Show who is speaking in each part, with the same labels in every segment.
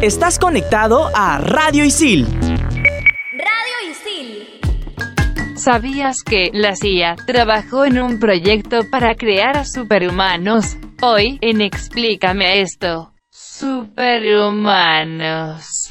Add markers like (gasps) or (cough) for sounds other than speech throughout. Speaker 1: Estás conectado a Radio Isil.
Speaker 2: Radio Isil.
Speaker 3: ¿Sabías que la CIA trabajó en un proyecto para crear a superhumanos? Hoy, en Explícame esto. Superhumanos.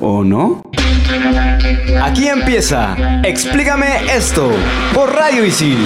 Speaker 4: ¿O no?
Speaker 5: Aquí empieza. Explícame esto por Radio Isil.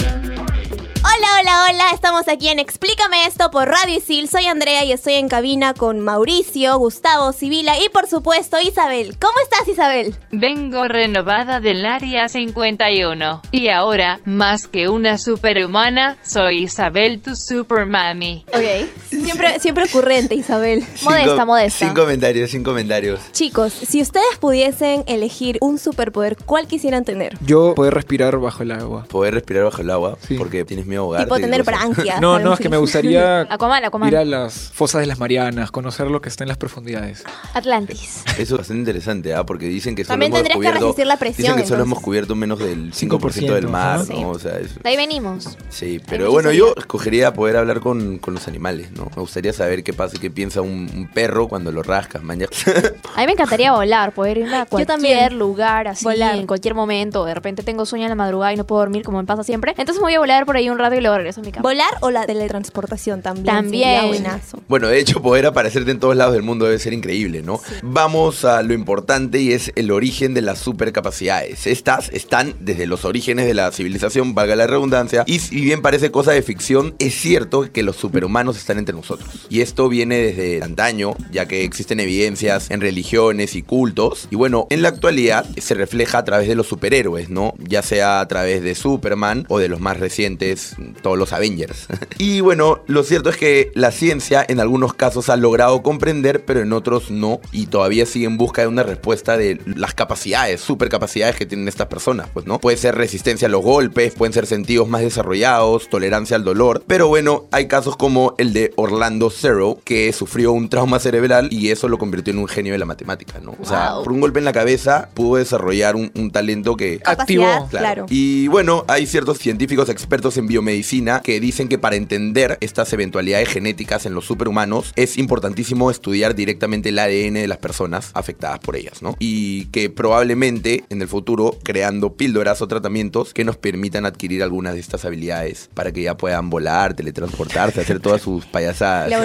Speaker 2: Hola, hola, hola. Estamos aquí en Explícame esto por Radio Isil. Soy Andrea y estoy en cabina con Mauricio, Gustavo, Sibila y por supuesto Isabel. ¿Cómo estás, Isabel?
Speaker 3: Vengo renovada del Área 51. Y ahora, más que una superhumana, soy Isabel tu Supermami.
Speaker 2: Ok. Siempre, siempre ocurrente, Isabel. Modesta,
Speaker 6: Sin co-
Speaker 2: modesta.
Speaker 6: Sin comentarios, sin comentarios.
Speaker 2: Chicos, si ustedes pudiesen elegir un superpoder, ¿cuál quisieran tener?
Speaker 7: Yo poder respirar bajo el agua.
Speaker 6: Poder respirar bajo el agua porque tienes miedo a ahogarte.
Speaker 2: tipo
Speaker 6: y
Speaker 2: tener
Speaker 6: cosas.
Speaker 2: branquias.
Speaker 8: No,
Speaker 2: algo
Speaker 8: no, es que
Speaker 2: así.
Speaker 8: me
Speaker 2: (laughs)
Speaker 8: gustaría
Speaker 9: (laughs) Aquaman, Aquaman.
Speaker 8: ir a las fosas de las Marianas, conocer lo que está en las
Speaker 6: (laughs)
Speaker 8: profundidades.
Speaker 9: Atlantis.
Speaker 6: Eso es bastante interesante, ¿ah? Porque dicen que solo
Speaker 2: También
Speaker 6: hemos
Speaker 2: tendrías que
Speaker 6: descubierto-
Speaker 2: resistir la
Speaker 6: Dicen
Speaker 2: presión,
Speaker 6: que solo
Speaker 2: entonces.
Speaker 6: hemos cubierto menos del 5% del
Speaker 8: 5%,
Speaker 6: mar,
Speaker 8: ajá.
Speaker 6: ¿no? O sea, eso.
Speaker 9: De ahí venimos.
Speaker 6: Sí,
Speaker 2: mucha
Speaker 6: pero bueno,
Speaker 2: salida.
Speaker 6: yo escogería poder hablar con, con los animales, ¿no? Me gustaría saber qué pasa, qué piensa un, un perro cuando lo rascas, man. ya. (laughs)
Speaker 9: A mí me encantaría volar, poder irme a cualquier
Speaker 2: también.
Speaker 9: lugar, así,
Speaker 2: Volar.
Speaker 9: en cualquier momento. De repente tengo sueño en la madrugada y no puedo dormir, como me pasa siempre. Entonces me voy a volar por ahí un rato y luego regreso a mi cama.
Speaker 2: ¿Volar o la teletransportación también?
Speaker 9: También.
Speaker 2: Sería buenazo.
Speaker 6: Bueno, de hecho, poder aparecerte en todos lados del mundo debe ser increíble, ¿no? Vamos a lo importante y es el origen de las supercapacidades. Estas están desde los orígenes de la civilización, valga la redundancia, y si bien parece cosa de ficción, es cierto que los superhumanos están entre nosotros. Y esto viene desde antaño, ya que existen evidencias en religiones y cultos. Y bueno, en la actualidad se refleja a través de los superhéroes, ¿no? Ya sea a través de Superman o de los más recientes, todos los Avengers. y bueno, lo cierto es que la ciencia en algunos casos ha logrado comprender, pero en otros no. Y todavía sigue en busca de una respuesta de las capacidades, supercapacidades que tienen estas personas, pues, ¿no? Puede ser resistencia a los golpes, pueden ser sentidos más desarrollados, tolerancia al dolor. Pero bueno, hay casos como el de Orlando Zero, que sufrió un trauma cerebral y eso lo convirtió en un genio de la matemática, ¿no? O sea,
Speaker 2: Wow.
Speaker 6: por un golpe en la cabeza pudo desarrollar un, un talento que
Speaker 2: Capacidad,
Speaker 8: Activó.
Speaker 2: claro.
Speaker 6: y bueno, hay ciertos científicos expertos en biomedicina que dicen que para entender estas eventualidades genéticas en los superhumanos es importantísimo estudiar directamente el ADN de las personas afectadas por ellas, ¿no? Y que probablemente en el futuro creando píldoras o tratamientos que nos permitan adquirir algunas de estas habilidades para que ya puedan volar, teletransportarse, hacer todas sus payasadas.
Speaker 2: La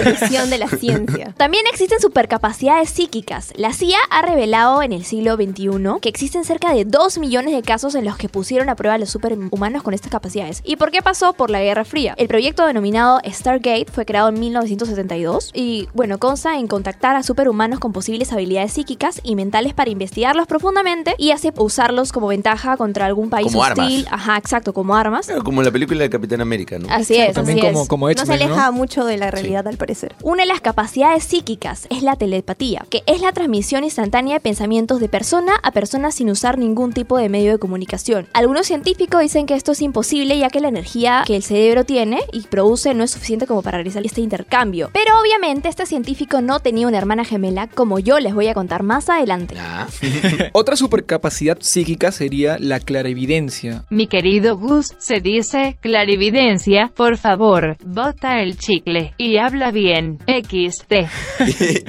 Speaker 6: (laughs)
Speaker 2: evolución de la ciencia.
Speaker 9: También existen supercapacidades psíquicas. La CIA ha revelado en el siglo XXI que existen cerca de 2 millones de casos en los que pusieron a prueba a los superhumanos con estas capacidades. ¿Y por qué pasó? Por la Guerra Fría. El proyecto denominado Stargate fue creado en 1972 y, bueno, consta en contactar a superhumanos con posibles habilidades psíquicas y mentales para investigarlos profundamente y así usarlos como ventaja contra algún país
Speaker 6: Como armas.
Speaker 9: hostil. Ajá, exacto, como armas.
Speaker 6: Bueno, Como en la película de Capitán América, ¿no?
Speaker 9: Así
Speaker 2: Exacto.
Speaker 9: es,
Speaker 8: También
Speaker 9: así
Speaker 8: como,
Speaker 9: es.
Speaker 8: como
Speaker 2: No se
Speaker 8: X-Men, ¿no?
Speaker 2: aleja mucho de la realidad, al parecer.
Speaker 9: Una de las capacidades psíquicas es la telepatía, que es la transmisión instantánea de pensamientos de persona a persona sin usar ningún tipo de medio de comunicación. Algunos científicos dicen que esto es imposible ya que la energía que el cerebro tiene y produce no es suficiente como para realizar este intercambio. Pero obviamente este científico no tenía una hermana gemela como yo les voy a contar más adelante.
Speaker 6: Ah.
Speaker 8: Otra supercapacidad psíquica sería la clarividencia.
Speaker 3: Mi querido Gus, se dice clarividencia, por favor, bota el chicle y habla bien. XT.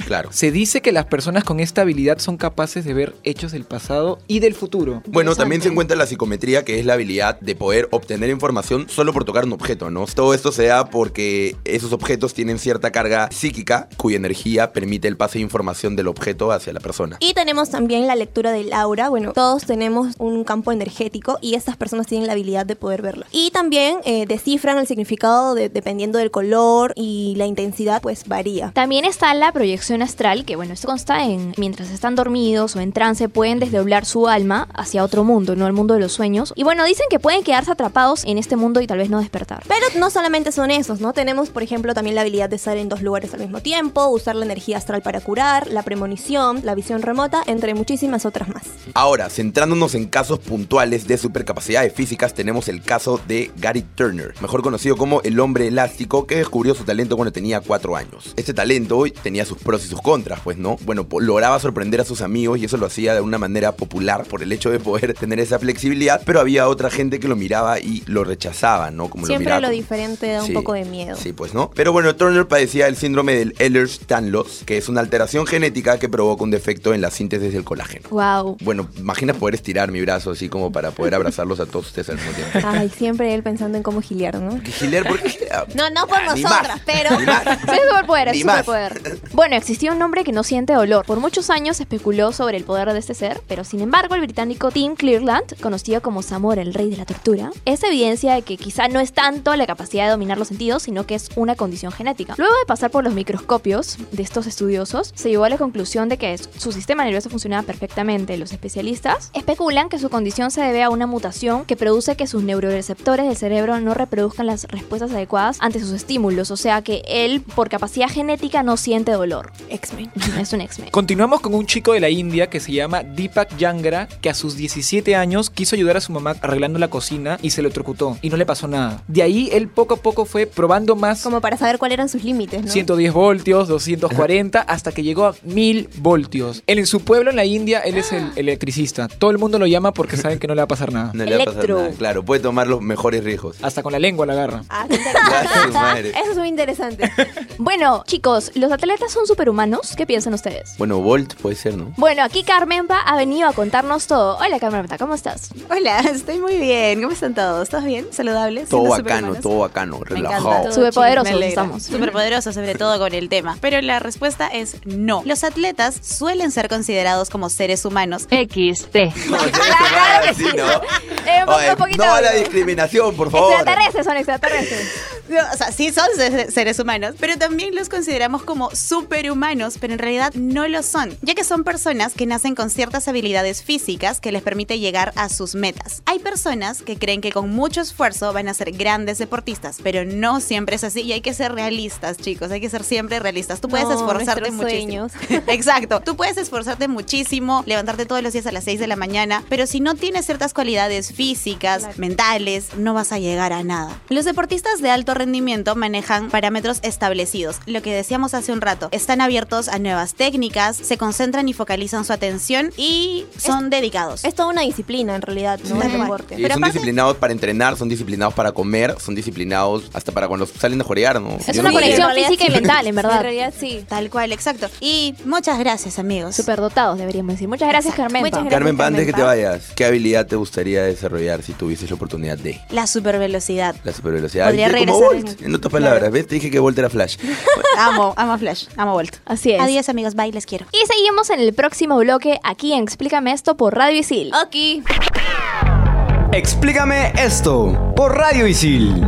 Speaker 6: (laughs) claro.
Speaker 8: Se dice que las personas con esta habilidad son capaces de ver hechos del pasado y del futuro.
Speaker 6: Bueno, también se encuentra la psicometría, que es la habilidad de poder obtener información solo por tocar un objeto, ¿no? Todo esto se da porque esos objetos tienen cierta carga psíquica cuya energía permite el pase de información del objeto hacia la persona.
Speaker 2: Y tenemos también la lectura del aura. Bueno, todos tenemos un campo energético y estas personas tienen la habilidad de poder verlo. Y también eh, descifran el significado de- dependiendo del color y la intensidad, pues varía.
Speaker 9: También está la proyección astral, que bueno, esto consta en mientras están dormidos o en trance pueden desdoblar su alma hacia otro mundo, no al mundo de los sueños. Y bueno, dicen que pueden quedarse atrapados en este mundo y tal vez no despertar.
Speaker 2: Pero no solamente son esos, ¿no? Tenemos, por ejemplo, también la habilidad de estar en dos lugares al mismo tiempo, usar la energía astral para curar, la premonición, la visión remota, entre muchísimas otras más.
Speaker 6: Ahora, centrándonos en casos puntuales de supercapacidades físicas, tenemos el caso de Gary Turner, mejor conocido como el hombre elástico que descubrió su talento cuando tenía 4 años. Este talento tenía sus pros y sus contras, pues no. Bueno, po- lograba sorprender a sus amigos y eso lo hacía de una manera popular por el hecho de poder (laughs) tener esa flexibilidad, pero había otra gente que lo miraba y lo rechazaba, ¿no? Como
Speaker 2: Siempre
Speaker 6: miraba
Speaker 2: lo
Speaker 6: como-
Speaker 2: diferente da un
Speaker 6: Sí,
Speaker 2: poco de miedo.
Speaker 6: Sí, pues no. Pero bueno, Turner padecía el síndrome del Ehlers-Danlos, que es una alteración genética que provoca un defecto en la síntesis del colágeno.
Speaker 2: Wow.
Speaker 6: Bueno, imagina poder estirar mi brazo así como para poder abrazarlos a todos ustedes al mismo tiempo.
Speaker 2: Ay, siempre él pensando en cómo giliar, ¿no?
Speaker 6: Que Giler, ¿por qué?
Speaker 2: No, no por
Speaker 6: Ah, ni
Speaker 2: nosotras,
Speaker 6: más.
Speaker 2: pero...
Speaker 6: Ni más.
Speaker 9: Es un superpoder, es
Speaker 6: Ni
Speaker 9: un
Speaker 6: más.
Speaker 9: superpoder. Bueno, existía un hombre que no siente dolor. Por muchos años se especuló sobre el poder de este ser, pero sin embargo el británico Tim Clearland, conocido como Samor el rey de la tortura, es evidencia de que quizá no es tanto la capacidad de dominar los sentidos, sino que es una condición genética. Luego de pasar por los microscopios de estos estudiosos, se llegó a la conclusión de que su sistema nervioso funcionaba perfectamente. Los especialistas especulan que su condición se debe a una mutación que produce que sus neuroreceptores del cerebro no reproduzcan las respuestas adecuadas ante sus estímulos, o sea que él, por capacidad genética, no siente dolor.
Speaker 2: X-Men.
Speaker 9: (laughs) Es un X-Men.
Speaker 8: Continuamos con un chico de la India que se llama Deepak Yangra, que a sus 17 años quiso ayudar a su mamá arreglando la cocina y se electrocutó y no le pasó nada. De ahí él poco a poco fue probando más
Speaker 2: Como para saber cuáles eran sus límites, ¿no?
Speaker 8: 110 voltios, 240, hasta que llegó a 1000 voltios. Él en su pueblo, en la India, él es
Speaker 2: (gasps)
Speaker 8: el electricista. Todo el mundo lo llama porque saben que no le va a pasar nada.
Speaker 6: (laughs) No le va a pasar
Speaker 9: Electro.
Speaker 6: nada. Claro, puede tomar los mejores riesgos.
Speaker 8: Hasta con la lengua la agarra.
Speaker 2: Ah, qué interesante.
Speaker 9: (laughs)
Speaker 6: Ay, su madre.
Speaker 2: (laughs) Eso es muy interesante.
Speaker 9: Bueno, chicos, ¿los atletas son superhumanos? ¿Qué piensan ustedes?
Speaker 6: Bueno, Volt puede ser, ¿no?
Speaker 9: Bueno, aquí Carmenpa ha venido a contarnos todo. Hola Carmenpa, ¿cómo estás?
Speaker 10: Hola, estoy muy bien. ¿Cómo están todos? ¿Todos bien? ¿Saludables?
Speaker 6: Todo
Speaker 10: ¿Siendo
Speaker 6: bacano,
Speaker 10: superhumanos?
Speaker 6: todo bacano,
Speaker 10: Me encanta.
Speaker 6: relajado.
Speaker 10: todo
Speaker 9: Superpoderosos
Speaker 10: chill, me alegra.
Speaker 9: estamos.
Speaker 10: Superpoderosos, sobre todo con el tema. Pero la respuesta es no. Los atletas suelen ser considerados como seres humanos.
Speaker 3: XT.
Speaker 10: (laughs)
Speaker 6: No,
Speaker 9: (laughs)
Speaker 6: sí,
Speaker 9: Claro que
Speaker 6: este sí, ¿no?
Speaker 9: Eh, un poco-
Speaker 6: Oye,
Speaker 9: un poquito-
Speaker 6: no a
Speaker 9: (laughs)
Speaker 6: la discriminación, por favor.
Speaker 9: Extraterrestres son extraterrestres.
Speaker 10: No, o sea, sí son se- seres humanos, pero también los consideramos como superhumanos, pero en realidad no lo son, ya que son personas que nacen con ciertas habilidades físicas que les permite llegar a sus metas. Hay personas que creen que con mucho esfuerzo van a ser grandes deportistas, pero no siempre es así y hay que ser realistas, chicos, hay que ser siempre realistas. Tú puedes
Speaker 2: No,
Speaker 10: esforzarte
Speaker 2: nuestros
Speaker 10: muchísimo.
Speaker 2: sueños.
Speaker 10: (laughs) Exacto, tú puedes esforzarte muchísimo, levantarte todos los días a las 6 de la mañana, pero si no tienes ciertas cualidades físicas, mentales, no vas a llegar a nada. Los deportistas de alto rendimiento manejan parámetros establecidos, lo que decíamos hace un rato. Están abiertos a nuevas técnicas, se concentran y focalizan su atención y son dedicados.
Speaker 2: Es toda una disciplina, en realidad, ¿no?
Speaker 10: Tal
Speaker 2: El
Speaker 10: cual.
Speaker 2: deporte.
Speaker 6: Y
Speaker 10: Pero
Speaker 6: son
Speaker 10: aparte-
Speaker 6: disciplinados para entrenar, son disciplinados para comer, son disciplinados hasta para cuando salen de jorear, ¿no?
Speaker 9: Es
Speaker 6: Yo
Speaker 9: una
Speaker 6: no
Speaker 2: Sí,
Speaker 6: sé.
Speaker 9: conexión
Speaker 2: en realidad
Speaker 9: física y
Speaker 2: sí.
Speaker 9: mental, en
Speaker 2: En
Speaker 9: verdad.
Speaker 2: realidad, sí.
Speaker 10: Tal cual, exacto. Y muchas gracias, amigos.
Speaker 9: Superdotados, deberíamos decir. Muchas gracias, Carmen.
Speaker 2: Muchas gracias.
Speaker 6: Carmen, pa, antes que te
Speaker 2: Carmen,
Speaker 6: vayas, ¿qué habilidad te gustaría desarrollar si tuvieses la oportunidad de
Speaker 10: La supervelocidad.
Speaker 6: la supervelocidad?
Speaker 10: Podría
Speaker 6: ¿Viste? Como
Speaker 10: regresar
Speaker 6: Volt,
Speaker 10: en-
Speaker 6: en otras palabras, ¿ves? Te dije que Volt era Flash.
Speaker 10: Amo, amo a Flash, amo a Volt.
Speaker 9: Así es.
Speaker 10: Adiós, amigos. Bye, les quiero.
Speaker 9: Y seguimos en el próximo bloque aquí en Explícame esto por Radio Isil.
Speaker 2: Ok.
Speaker 5: Explícame esto por Radio Isil.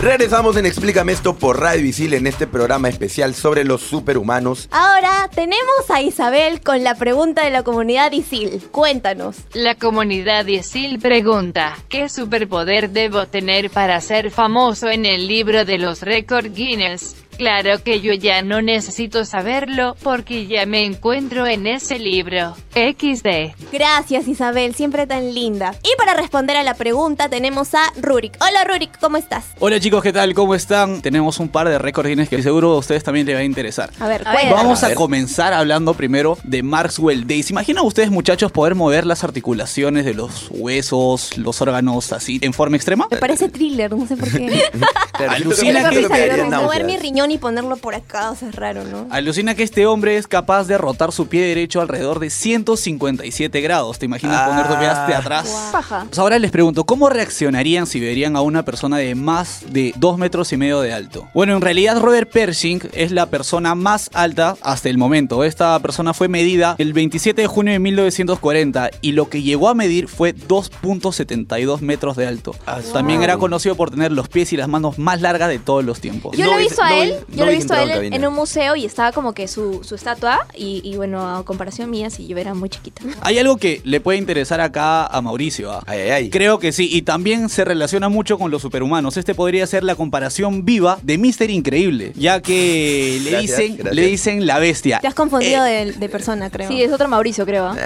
Speaker 6: Regresamos en Explícame esto por Radio Isil en este programa especial sobre los superhumanos.
Speaker 2: Ahora tenemos a Isabel con la pregunta de la comunidad ISIL. Cuéntanos.
Speaker 3: La comunidad Isil pregunta, ¿qué superpoder debo tener para ser famoso en el libro de los récords Guinness? Claro que yo ya no necesito saberlo, porque ya me encuentro en ese libro. XD.
Speaker 2: Gracias Isabel, siempre tan linda. Y para responder a la pregunta tenemos a Rurik. Hola Rurik, ¿cómo estás?
Speaker 11: Hola chicos, ¿qué tal? ¿Cómo están? Tenemos un par de récords Guinness que seguro a ustedes también les va a interesar.
Speaker 2: A ver,
Speaker 9: A ver.
Speaker 2: cuéntanos.
Speaker 11: Vamos
Speaker 6: A
Speaker 11: a
Speaker 6: ver.
Speaker 11: comenzar hablando primero de Maxwell Day. ¿Se imaginan ustedes, muchachos, poder mover las articulaciones de los huesos, los órganos así en forma extrema?
Speaker 2: Me parece thriller, no sé
Speaker 6: (laughs)
Speaker 2: por (laughs) qué.
Speaker 6: Claro, siento que-
Speaker 11: Alucina
Speaker 6: siento
Speaker 11: que- este
Speaker 6: que me darían
Speaker 2: mover mi
Speaker 6: náuseas.
Speaker 2: riñón y ponerlo por acá, o sea, es raro, ¿no?
Speaker 11: Alucina que este hombre es capaz de rotar su pie derecho alrededor de 157 grados. ¿Te imaginas
Speaker 6: Ah.
Speaker 11: poner tu pie hacia atrás?
Speaker 9: Paja.
Speaker 11: Pues ahora les pregunto, ¿cómo reaccionarían si verían a una persona de más de 2 metros y medio de alto? Bueno, en realidad Robert Pershing es la persona más alta hasta el momento. Esta persona fue medida el 27 de junio de 1940 y lo que llegó a medir fue 2.72
Speaker 9: Ah,
Speaker 11: metros de alto. También era conocido por tener los pies y las manos más largas de todos los tiempos.
Speaker 9: Yo
Speaker 6: No
Speaker 9: lo he
Speaker 6: es-
Speaker 9: visto a
Speaker 6: no
Speaker 9: él Yo lo he visto a él en, en
Speaker 6: un
Speaker 9: un museo y estaba como que su, su estatua y, y bueno, a comparación mía, sí, yo era muy chiquita.
Speaker 11: Hay algo que le puede interesar acá a Mauricio. ¿ah? Creo que sí, y también se relaciona mucho con los superhumanos. Este podría ser la comparación viva de Mister Increíble, ya que le,
Speaker 6: Gracias,
Speaker 11: dicen,
Speaker 6: gracias.
Speaker 11: le dicen la bestia.
Speaker 2: Te has confundido
Speaker 6: eh,
Speaker 2: de, de persona, creo.
Speaker 9: Sí, es otro Mauricio, creo. ¿ah?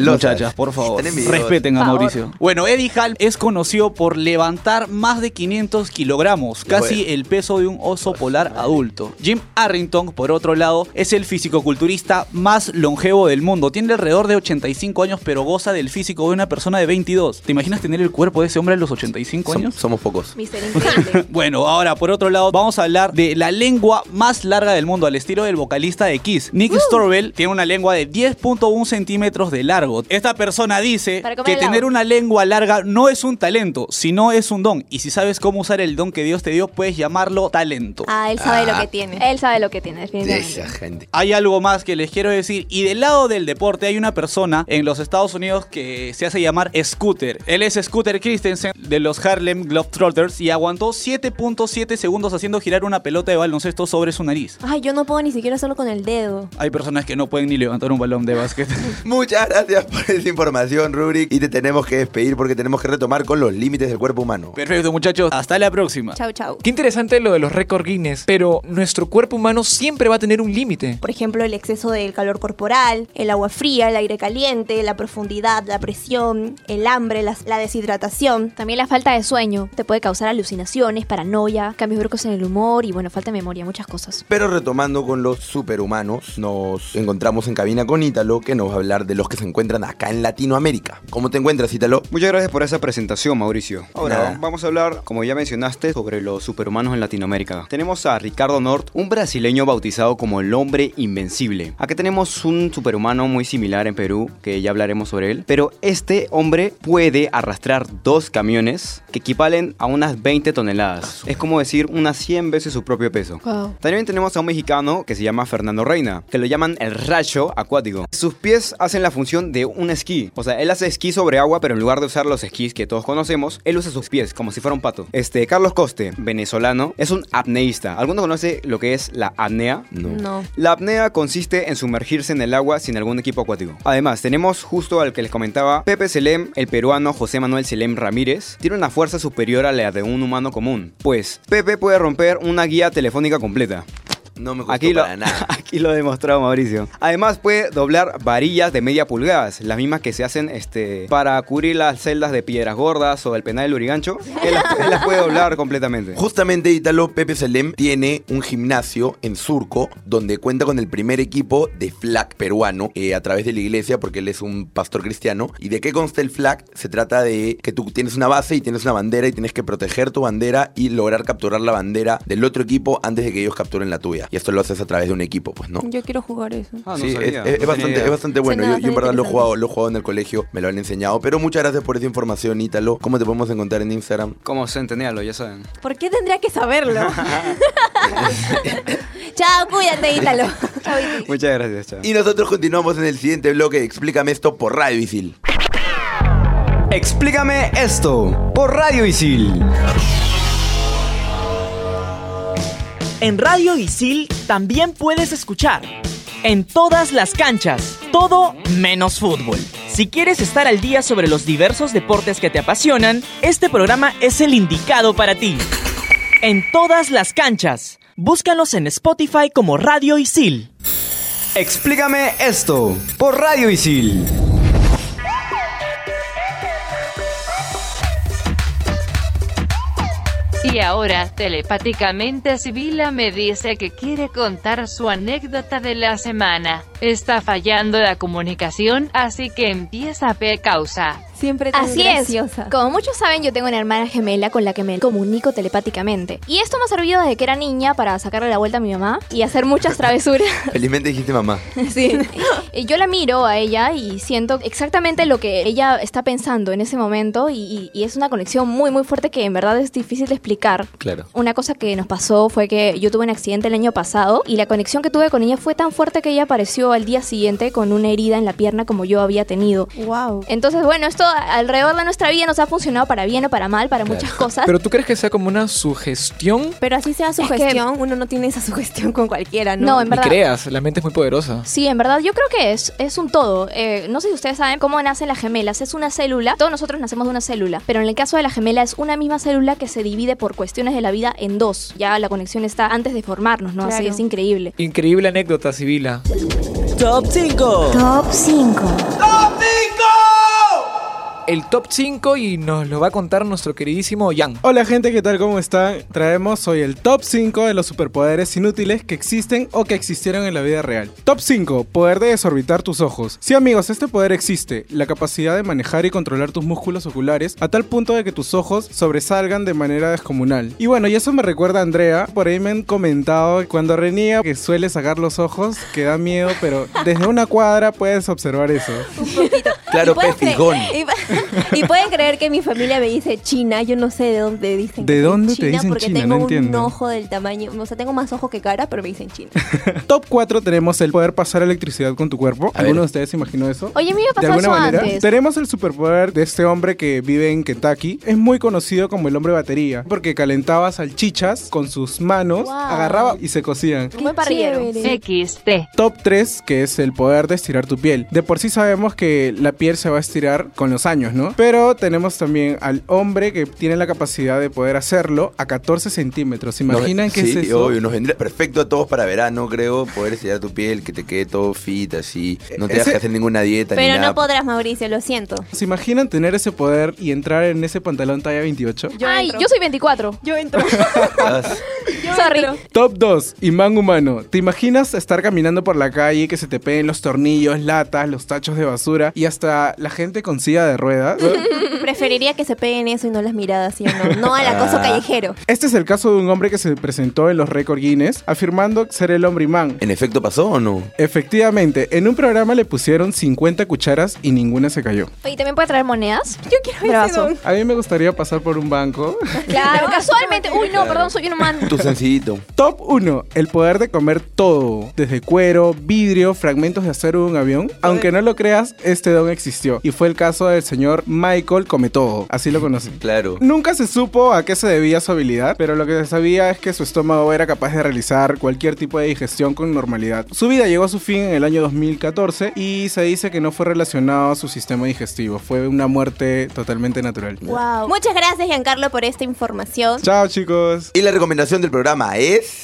Speaker 11: Muchachas, por favor,
Speaker 6: Están envidiosas.
Speaker 11: respeten a
Speaker 6: Por favor.
Speaker 11: Mauricio. Bueno, Eddie Hall es conocido por levantar más de 500 kilogramos, casi
Speaker 6: bueno.
Speaker 11: el peso de un oso polar adulto. Jim Arrington, por otro lado, es el fisicoculturista más longevo del mundo. Tiene alrededor de 85 años, pero goza del físico de una persona de 22. ¿Te imaginas tener el cuerpo de ese hombre a los 85 años?
Speaker 6: Somos pocos.
Speaker 11: (laughs) bueno, ahora por otro lado vamos a hablar de la lengua más larga del mundo, al estilo del vocalista de Kiss. Nick
Speaker 9: Uh.
Speaker 11: Storvell tiene una lengua de 10.1 centímetros de largo. Esta persona dice
Speaker 9: Para comer
Speaker 11: que
Speaker 9: helado.
Speaker 11: tener una lengua larga no es un talento, sino es un don. Y si sabes cómo usar el don que Dios te dio, puedes llamarlo talento.
Speaker 9: Ah, él sabe lo
Speaker 11: Ah.
Speaker 9: que tiene. Él sabe lo que tiene, definitivamente.
Speaker 6: Esa gente.
Speaker 11: Hay algo más que les quiero decir. Y del lado del deporte hay una persona en los Estados Unidos que se hace llamar Scooter. Él es Scooter Christensen de los Harlem Globetrotters y aguantó 7.7 segundos haciendo girar una pelota de baloncesto sobre su nariz.
Speaker 2: Ay, yo no puedo ni siquiera hacerlo con el dedo.
Speaker 11: Hay personas que no pueden ni levantar un balón de básquet.
Speaker 6: Muchas gracias por esa información, Rubric. Y te tenemos que despedir porque tenemos que retomar con los límites del cuerpo humano.
Speaker 11: Perfecto, muchachos. Hasta la próxima.
Speaker 2: Chau, chau.
Speaker 8: Qué interesante lo de los récord Guinness, pero nuestro cuerpo humano siempre va a tener un límite.
Speaker 2: Por ejemplo, el exceso del calor corporal, el agua fría, el aire caliente, la profundidad, la presión, el hambre, la, la deshidratación.
Speaker 9: También la falta de sueño te puede causar alucinaciones, paranoia, cambios bruscos en el humor y bueno, falta de memoria, muchas cosas.
Speaker 6: Pero retomando con los superhumanos, nos encontramos en cabina con Ítalo, que nos va a hablar de los que se encuentran acá en Latinoamérica. ¿Cómo te encuentras, Ítalo?
Speaker 5: Muchas gracias por esa presentación, Mauricio. Ahora
Speaker 6: Nada.
Speaker 5: vamos a hablar, como ya mencionaste, sobre los superhumanos en Latinoamérica. Tenemos a Ricardo Nort, un brasileño bautizado como el hombre invencible. Acá tenemos un superhumano muy similar en Perú, que ya hablaremos sobre él. Pero este hombre puede arrastrar dos camiones que equivalen a unas 20 toneladas. Es como decir unas 100 veces su propio peso.
Speaker 9: Wow.
Speaker 5: También tenemos a un mexicano que se llama Fernando Reina, que lo llaman el racho acuático. Sus pies hacen la función de un esquí. O sea, él hace esquí sobre agua, pero en lugar de usar los esquís que todos conocemos, él usa sus pies como si fuera un pato. Este, Carlos Coste, venezolano, es un apneísta. ¿Alguno conoce lo que es la apnea?
Speaker 2: No.
Speaker 5: La apnea consiste en sumergirse en el agua sin algún equipo acuático. Además, tenemos justo al que les comentaba, Pepe Selem, el peruano José Manuel Selem Ramírez, tiene una fuerza superior a la de un humano común. Pues, Pepe puede romper una guía telefónica completa.
Speaker 6: No me costó
Speaker 5: Aquí lo,
Speaker 6: para nada.
Speaker 5: (laughs) aquí lo ha demostrado Mauricio. Además puede doblar varillas de media pulgadas, las mismas que se hacen este, para cubrir las celdas de piedras gordas o el penal del urigancho. Él las, él las puede doblar completamente.
Speaker 6: Justamente Ítalo Pepe Selem tiene un gimnasio en Surco donde cuenta con el primer equipo de flag peruano eh, a través de la iglesia porque él es un pastor cristiano. ¿Y de qué consta el flag? Se trata de que tú tienes una base y tienes una bandera y tienes que proteger tu bandera y lograr capturar la bandera del otro equipo antes de que ellos capturen la tuya. Y esto lo haces a través de un equipo, pues, ¿no?
Speaker 2: Yo quiero jugar eso.
Speaker 5: Ah, no
Speaker 6: sí,
Speaker 5: sabía,
Speaker 6: es- es, es
Speaker 5: no tenía
Speaker 6: bastante,
Speaker 5: idea.
Speaker 6: es bastante bueno.
Speaker 2: Suena
Speaker 6: yo, yo en
Speaker 2: bastante
Speaker 6: verdad lo he,
Speaker 2: interesante.
Speaker 6: jugado, lo he jugado en el colegio, me lo han enseñado. Pero muchas gracias por esa información, Ítalo. ¿Cómo te podemos encontrar en Instagram?
Speaker 5: Como centenialo, ya saben.
Speaker 2: ¿Por qué tendría que saberlo?
Speaker 12: (laughs)
Speaker 2: Chao, cuídate, Ítalo. Chao, Ítalo.
Speaker 6: (laughs)
Speaker 5: Muchas gracias, chao.
Speaker 6: Y nosotros continuamos en el siguiente bloque. de Explícame esto por Radio Isil.
Speaker 5: Explícame
Speaker 6: esto
Speaker 5: por Radio Isil.
Speaker 1: En Radio Isil también puedes escuchar en todas las canchas, todo menos fútbol. Si quieres estar al día sobre los diversos deportes que te apasionan, este programa es el indicado para ti. En todas las canchas, búscanos en Spotify como Radio Isil.
Speaker 5: Explícame esto por Radio Isil.
Speaker 3: Y ahora, telepáticamente, Sibila me dice que quiere contar su anécdota de la semana. Está fallando la comunicación, así que empieza P causa.
Speaker 2: Siempre tan
Speaker 9: Así
Speaker 2: graciosa.
Speaker 9: es. Como muchos saben, yo tengo una hermana gemela con la que me comunico telepáticamente. Y esto me ha servido desde que era niña para sacarle la vuelta a mi mamá y hacer muchas travesuras.
Speaker 6: Felizmente dijiste mamá.
Speaker 9: Sí. Y Yo la miro a ella y siento exactamente lo que ella está pensando en ese momento y, y- y es una conexión muy muy fuerte que en verdad es difícil de explicar.
Speaker 6: Claro.
Speaker 9: Una cosa que nos pasó fue que yo tuve un accidente el año pasado y la conexión que tuve con ella fue tan fuerte que ella apareció al día siguiente con una herida en la pierna como yo había tenido.
Speaker 2: Wow.
Speaker 9: Entonces, bueno, esto esto alrededor de nuestra vida nos ha funcionado para bien o para mal, para muchas cosas.
Speaker 8: Pero tú crees que sea como una sugestión
Speaker 2: Pero así sea su
Speaker 9: que-
Speaker 2: gestión, uno no tiene esa sugestión con cualquiera, ¿no?
Speaker 9: No, en
Speaker 8: y
Speaker 9: verdad.
Speaker 8: creas, la mente es muy poderosa.
Speaker 9: Sí, en verdad, yo creo que es, es un todo. Eh, no sé si ustedes saben cómo nacen las gemelas. Es una célula, todos nosotros nacemos de una célula, pero en el caso de la gemela es una misma célula que se divide por cuestiones de la vida en dos. Ya la conexión está antes de formarnos, ¿no? Así
Speaker 8: Claro.
Speaker 9: es increíble.
Speaker 8: Increíble anécdota, Sibila.
Speaker 1: Top 5.
Speaker 9: Top 5.
Speaker 8: El top 5 y nos lo va a contar nuestro queridísimo Yang.
Speaker 12: Hola gente, ¿qué tal? ¿Cómo están? Traemos hoy el top 5 de los superpoderes inútiles que existen o que existieron en la vida real. Top 5. Poder de desorbitar tus ojos. Sí amigos, este poder existe. La capacidad de manejar y controlar tus músculos oculares a tal punto de que tus ojos sobresalgan de manera descomunal. Y bueno, y eso me recuerda a Andrea. Por ahí me han comentado cuando reniega que suele sacar los ojos, que da miedo, pero desde una cuadra puedes observar eso.
Speaker 6: Claro,
Speaker 2: puedes creer-
Speaker 6: pestigón.
Speaker 2: Y, pu- y pueden creer que mi familia me dice China, yo no sé de dónde dicen.
Speaker 12: ¿De
Speaker 2: que soy
Speaker 12: dónde te dicen
Speaker 2: porque
Speaker 12: China? No
Speaker 2: tengo un
Speaker 12: entiendo.
Speaker 2: ojo del tamaño, o sea, tengo más ojo que cara, pero me dicen
Speaker 12: (laughs)
Speaker 2: China.
Speaker 12: Top 4 tenemos el poder pasar electricidad con tu cuerpo. ¿Alguno de ustedes se imaginó eso?
Speaker 9: Oye, a mí me
Speaker 12: de
Speaker 9: pasó
Speaker 12: alguna
Speaker 9: eso
Speaker 12: manera,
Speaker 9: antes.
Speaker 12: tenemos el superpoder de este hombre que vive en Kentucky. Es muy conocido como el hombre batería, porque calentaba salchichas con sus manos, agarraba y se cocían.
Speaker 9: Muy parrillero.
Speaker 3: XT.
Speaker 12: Top 3, que es el poder de estirar tu piel. De por sí sabemos que la piel se va a estirar con los años, ¿no? Pero tenemos también al hombre que tiene la capacidad de poder hacerlo a 14 centímetros. ¿Se imaginan
Speaker 6: Nos-
Speaker 12: qué
Speaker 6: sí,
Speaker 12: es eso?
Speaker 6: obvio, nos vendría perfecto a todos para verano, creo. Poder sellar tu piel, que te quede todo fit, así. No te
Speaker 12: Ese-
Speaker 6: dejas hacer ninguna dieta ni
Speaker 2: Pero
Speaker 6: nada.
Speaker 2: no podrás, Mauricio,
Speaker 12: (laughs)
Speaker 2: lo siento.
Speaker 12: ¿Se imaginan tener ese poder y entrar en ese pantalón talla 28?
Speaker 9: Ay, yo soy 24. (laughs)
Speaker 2: Yo entro.
Speaker 6: Ah,
Speaker 9: Sorry.
Speaker 12: Top 2, imán humano. ¿Te imaginas estar caminando por la calle que se te peguen los tornillos, latas, los tachos de basura y hasta la gente con silla de ruedas?
Speaker 2: Preferiría que se peguen eso y no las miradas, ¿sí o no? No al acoso
Speaker 12: Ah.
Speaker 2: callejero.
Speaker 12: Este es el caso de un hombre que se presentó en los récord Guinness afirmando ser el hombre imán.
Speaker 6: ¿En efecto pasó o no?
Speaker 12: Efectivamente, en un programa le pusieron 50 cucharas y ninguna se cayó.
Speaker 9: ¿Y también puede traer monedas? Yo quiero
Speaker 12: A mí me gustaría pasar por un banco.
Speaker 9: (laughs) Claro, casualmente. Uy, no, perdón, soy un humano.
Speaker 6: Tu sencillito.
Speaker 12: Top 1. El poder de comer todo, desde cuero, vidrio, fragmentos de acero de un avión. Aunque no lo creas, este don existió. Y fue el caso del señor Michael Cometodo. Así lo conocen.
Speaker 6: Claro.
Speaker 12: Nunca se supo a qué se debía su habilidad, pero lo que se sabía es que su estómago era capaz de realizar cualquier tipo de digestión con normalidad. Su vida llegó a su fin en el año 2014 y se dice que no fue relacionado a su sistema digestivo. Fue una muerte totalmente natural.
Speaker 2: Wow. Muchas gracias, Giancarlo, por esta información.
Speaker 12: Chao, chicos.
Speaker 6: Y la recomendación del programa es.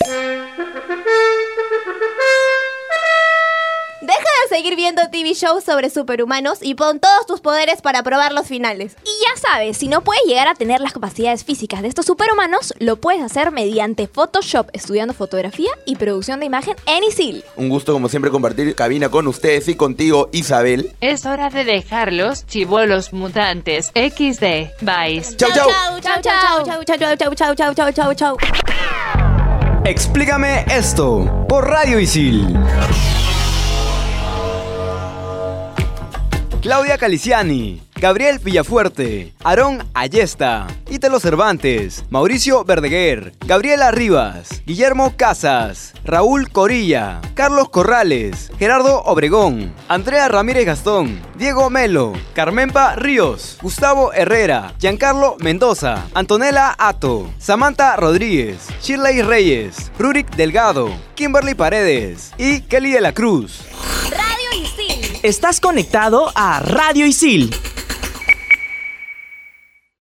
Speaker 2: Deja de seguir viendo TV shows sobre superhumanos y pon todos tus poderes para probar los finales.
Speaker 9: Y ya sabes, si no puedes llegar a tener las capacidades físicas de estos superhumanos, lo puedes hacer mediante Photoshop, estudiando fotografía y producción de imagen en ISIL.
Speaker 6: Un gusto, como siempre, compartir cabina con ustedes y contigo, Isabel.
Speaker 3: Es hora de dejar los chivolos mutantes. XD. Bye.
Speaker 6: Chau, chau.
Speaker 2: Chau, chau, chau, chau, chau, chau, chau, chau, chau, chau, chau.
Speaker 5: Explícame esto por Radio Isil. Claudia Caliciani, Gabriel Villafuerte, Aarón Ayesta, Ítalo Cervantes, Mauricio Verdeguer, Gabriela Rivas, Guillermo Casas, Raúl Corilla, Carlos Corrales, Gerardo Obregón, Andrea Ramírez Gastón, Diego Melo, Carmenpa Ríos, Gustavo Herrera, Giancarlo Mendoza, Antonella Ato, Samantha Rodríguez, Shirley Reyes, Rurik Delgado, Kimberly Paredes y Kelly de la Cruz.
Speaker 1: Estás conectado a Radio Isil.